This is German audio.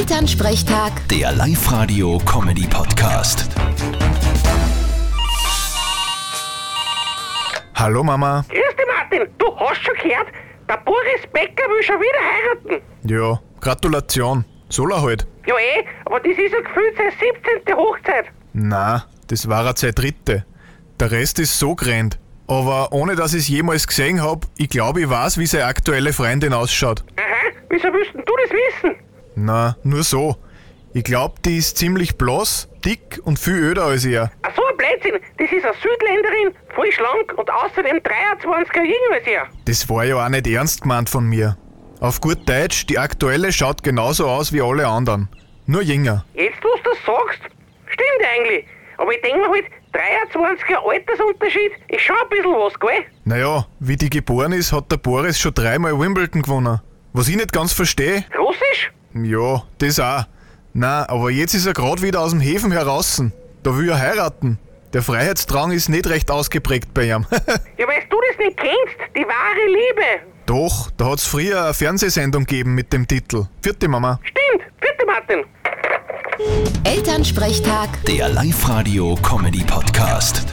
Elternsprechtag, Der Live-Radio-Comedy-Podcast. Hallo Mama. Grüß dich, Martin. Du hast schon gehört, der Boris Becker will schon wieder heiraten. Ja, Gratulation. Soll er halt. Ja eh, aber das ist ja gefühlt seine 17. Hochzeit. Na, das war er seine dritte. Der Rest ist so grand. Aber ohne dass ich es jemals gesehen habe, ich glaube, ich weiß, wie seine aktuelle Freundin ausschaut. Aha, wieso müssten du das wissen? Na, nur so. Ich glaube, die ist ziemlich blass, dick und viel öder als er. Ach so ein Blödsinn, das ist eine Südländerin, voll schlank und außerdem 23er jünger als er. Das war ja auch nicht ernst gemeint von mir. Auf gut Deutsch, die aktuelle schaut genauso aus wie alle anderen. Nur jünger. Jetzt, wo du das sagst, stimmt eigentlich. Aber ich denke mir halt, 23er Altersunterschied ist schon ein bisschen was, gell? Naja, wie die geboren ist, hat der Boris schon dreimal Wimbledon gewonnen. Was ich nicht ganz verstehe, Russisch? Ja, das auch. Na, aber jetzt ist er gerade wieder aus dem Häfen heraus. Da will er heiraten. Der Freiheitsdrang ist nicht recht ausgeprägt bei ihm. Ja, weil du das nicht kennst, die wahre Liebe. Doch, da hat's früher eine Fernsehsendung gegeben mit dem Titel. Vierte Mama. Stimmt, bitte Martin. Elternsprechtag. Der Live-Radio-Comedy-Podcast.